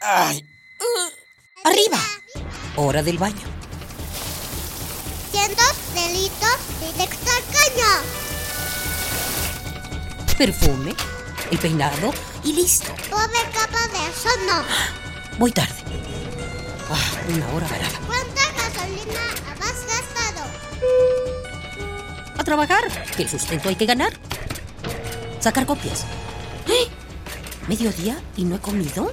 Ay. Arriba. Hora del baño. Cientos delitos directo al caño. Perfume, el peinado y listo. Pobre capa de eso no. Voy tarde. Ah, una hora varada. ¿Cuánta gasolina has gastado? A trabajar, que el sustento hay que ganar. Sacar copias. ¡Eh! ¿Mediodía y no he comido?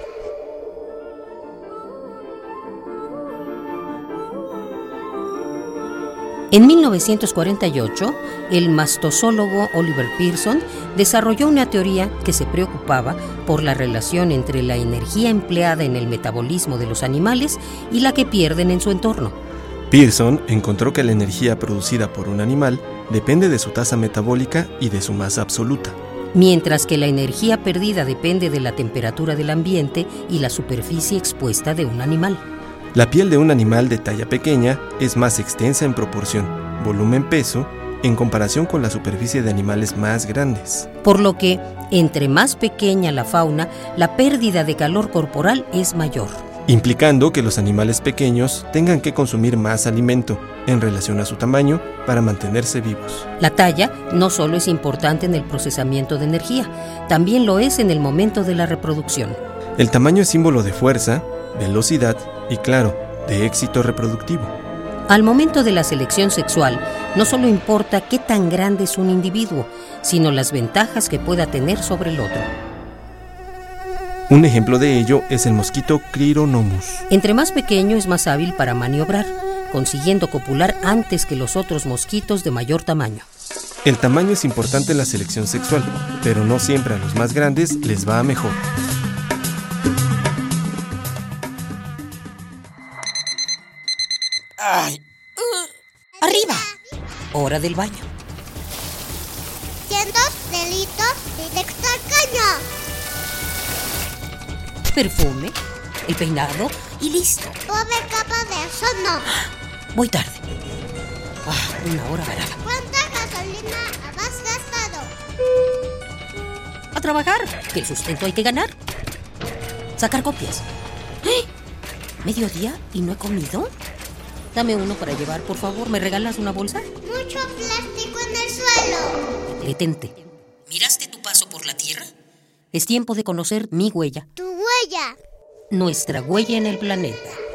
En 1948, el mastozólogo Oliver Pearson desarrolló una teoría que se preocupaba por la relación entre la energía empleada en el metabolismo de los animales y la que pierden en su entorno. Pearson encontró que la energía producida por un animal depende de su tasa metabólica y de su masa absoluta. mientras que la energía perdida depende de la temperatura del ambiente y la superficie expuesta de un animal. La piel de un animal de talla pequeña es más extensa en proporción, volumen-peso, en comparación con la superficie de animales más grandes. Por lo que, entre más pequeña la fauna, la pérdida de calor corporal es mayor. implicando que los animales pequeños tengan que consumir más alimento en relación a su tamaño para mantenerse vivos. La talla no solo es importante en el procesamiento de energía, también lo es en el momento de la reproducción. El tamaño es símbolo de fuerza, velocidad y, claro, de éxito reproductivo. Al momento de la selección sexual, no solo importa qué tan grande es un individuo, sino las ventajas que pueda tener sobre el otro. Un ejemplo de ello es el mosquito Crironomus. Entre más pequeño es más hábil para maniobrar, consiguiendo copular antes que los otros mosquitos de mayor tamaño. El tamaño es importante en la selección sexual, pero no siempre a los más grandes les va mejor. Ay. ¡Arriba! Hora del baño. Cientos delitos directo al caño. Perfume, el peinado y listo. Pobre capa de eso no. Voy tarde. Ah, una hora varada. ¿Cuánta gasolina has gastado? A trabajar, que el sustento hay que ganar. Sacar copias. ¡Eh! ¿Mediodía y no he comido? Dame uno para llevar, por favor. ¿Me regalas una bolsa? Mucho plástico en el suelo. Detente. ¿Miraste tu paso por la Tierra? Es tiempo de conocer mi huella. Tu huella. nuestra huella en el planeta.